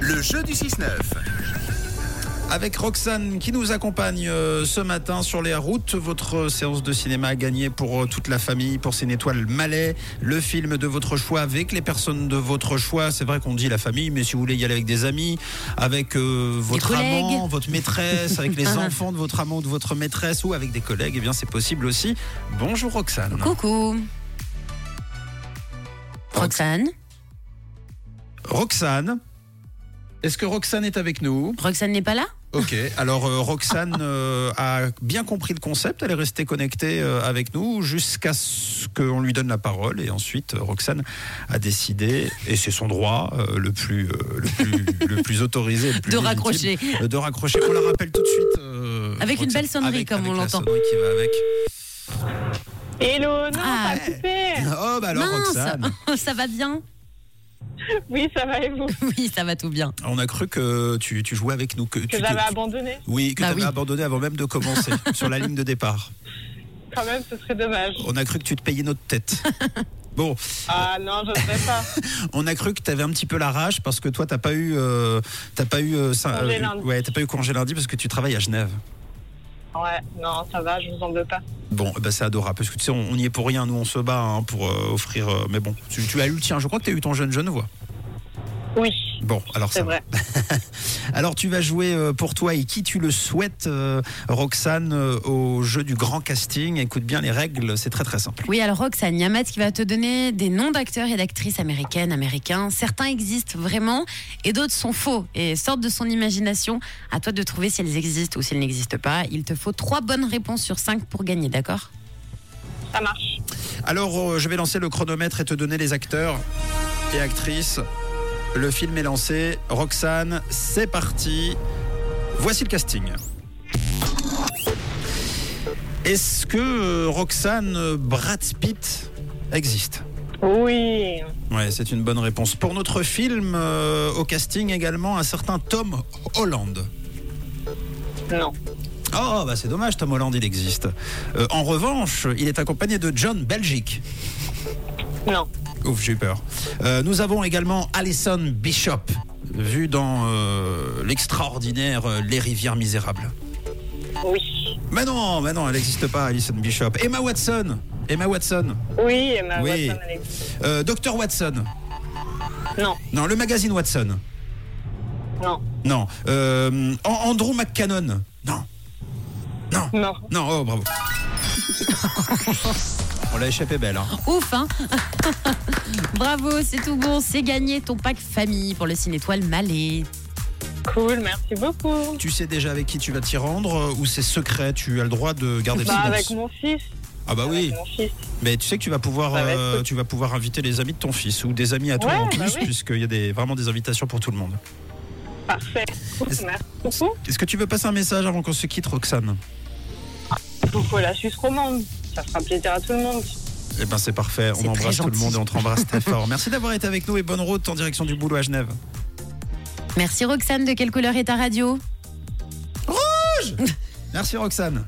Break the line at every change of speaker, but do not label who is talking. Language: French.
Le jeu du 6-9.
Avec Roxane qui nous accompagne euh, ce matin sur les routes, votre euh, séance de cinéma à gagner pour euh, toute la famille, pour Cine Étoile Malais, le film de votre choix avec les personnes de votre choix. C'est vrai qu'on dit la famille, mais si vous voulez y aller avec des amis, avec euh, votre
collègues. Ah
amant, votre maîtresse, avec les enfants de votre amant ou de votre maîtresse ou avec des collègues, eh bien c'est possible aussi. Bonjour Roxane.
Coucou. Roxane.
Roxane. Est-ce que Roxane est avec nous
Roxane n'est pas là
Ok, alors euh, Roxane euh, a bien compris le concept, elle est restée connectée euh, avec nous jusqu'à ce qu'on lui donne la parole et ensuite euh, Roxane a décidé, et c'est son droit euh, le, plus, euh, le, plus, le plus autorisé, le plus
De
légitime,
raccrocher.
euh, de raccrocher. On la rappelle tout de suite. euh,
Avec une belle sonnerie,
avec-
comme
avec
on
la
l'entend.
sonnerie qui va avec.
Hello, non,
Ah.
ça a coupé.
Oh bah alors Roxane,
Mince Ça va bien
Oui, ça va et vous
Oui, ça va tout bien.
on a cru que tu, tu jouais avec nous, que,
Que
tu
j'avais
t'es-
abandonné.
Oui, que
Bah
t'avais
oui.
abandonné avant même de commencer sur la ligne de départ.
Quand même, ce serait dommage.
On a cru que tu te payais notre tête. Bon,
Ah non, je ne sais pas.
on a cru que tu avais un petit peu la rage parce que toi t'as pas eu euh, t'as pas eu euh, ça-
Congé
euh,
lundi.
ouais t'as pas eu congé lundi parce que tu travailles à Genève.
Ouais, non, ça va, je vous en veux pas.
Bon, eh ben, c'est adorable parce que tu sais on, on y est pour rien, nous on se bat hein, pour euh, offrir euh, mais bon tu, tu as eu le tien, je crois que tu as eu ton jeune Genevois.
Oui,
Bon alors
c'est
ça. va.
vrai.
Alors tu vas jouer euh, pour toi et qui tu le souhaites euh, Roxane euh, au jeu du grand casting. Écoute bien les règles, c'est très très simple.
Oui, alors Roxane, il y a Matt qui va te donner des noms d'acteurs et d'actrices américaines, américains. Certains existent vraiment et d'autres sont faux et sortent de son imagination. À toi de trouver si elles existent ou si elles n'existent pas. Il te faut trois bonnes réponses sur cinq pour gagner, d'accord
Ça marche.
Alors euh, je vais lancer le chronomètre et te donner les acteurs et actrices. Le film est lancé. Roxane, c'est parti. Voici le casting. Est-ce que euh, Roxane euh, Brad Pitt existe
Oui.
Ouais, c'est une bonne réponse. Pour notre film, euh, au casting également, un certain Tom Holland.
Non.
Oh, bah c'est dommage, Tom Holland, il existe. Euh, en revanche, il est accompagné de John Belgique.
Non.
Ouf, j'ai eu peur. Euh, nous avons également Alison Bishop, vue dans euh, l'extraordinaire euh, Les Rivières Misérables.
Oui.
Mais non, mais non, elle n'existe pas, Alison Bishop. Emma Watson, Emma Watson,
Oui, Emma
Oui.
Watson, elle existe.
Euh, Dr Watson,
Non,
non, le magazine Watson,
non,
non, Euh, An- Andrew McCannon, non, non,
non.
non, oh bravo. On l'a échappé belle. hein.
Ouf, hein Bravo, c'est tout bon, c'est gagné ton pack famille pour le Cinétoile Malais.
Cool, merci beaucoup.
Tu sais déjà avec qui tu vas t'y rendre euh, ou c'est secret Tu as le droit de garder le
Bah,
silence.
avec mon fils.
Ah bah oui.
Avec mon fils.
Mais tu sais que tu vas pouvoir,
Ça va être
euh,
cool.
tu vas pouvoir inviter les amis de ton fils ou des amis à toi
Ouais,
en
bah
plus,
oui.
puisqu'il y a des, vraiment des invitations pour tout le monde.
Parfait.
Est-ce-
Merci beaucoup.
Est-ce que tu veux passer un message avant qu'on se quitte, Roxane
Coucou la Suisse romande. Ça fera plaisir à tout le monde.
Eh ben c'est parfait,
C'est
on embrasse
très
tout le
gentil.
monde et on te embrasse très fort. Merci d'avoir été avec nous et bonne route en direction du boulot à Genève.
Merci Roxane, de quelle couleur est ta radio
Merci Roxane.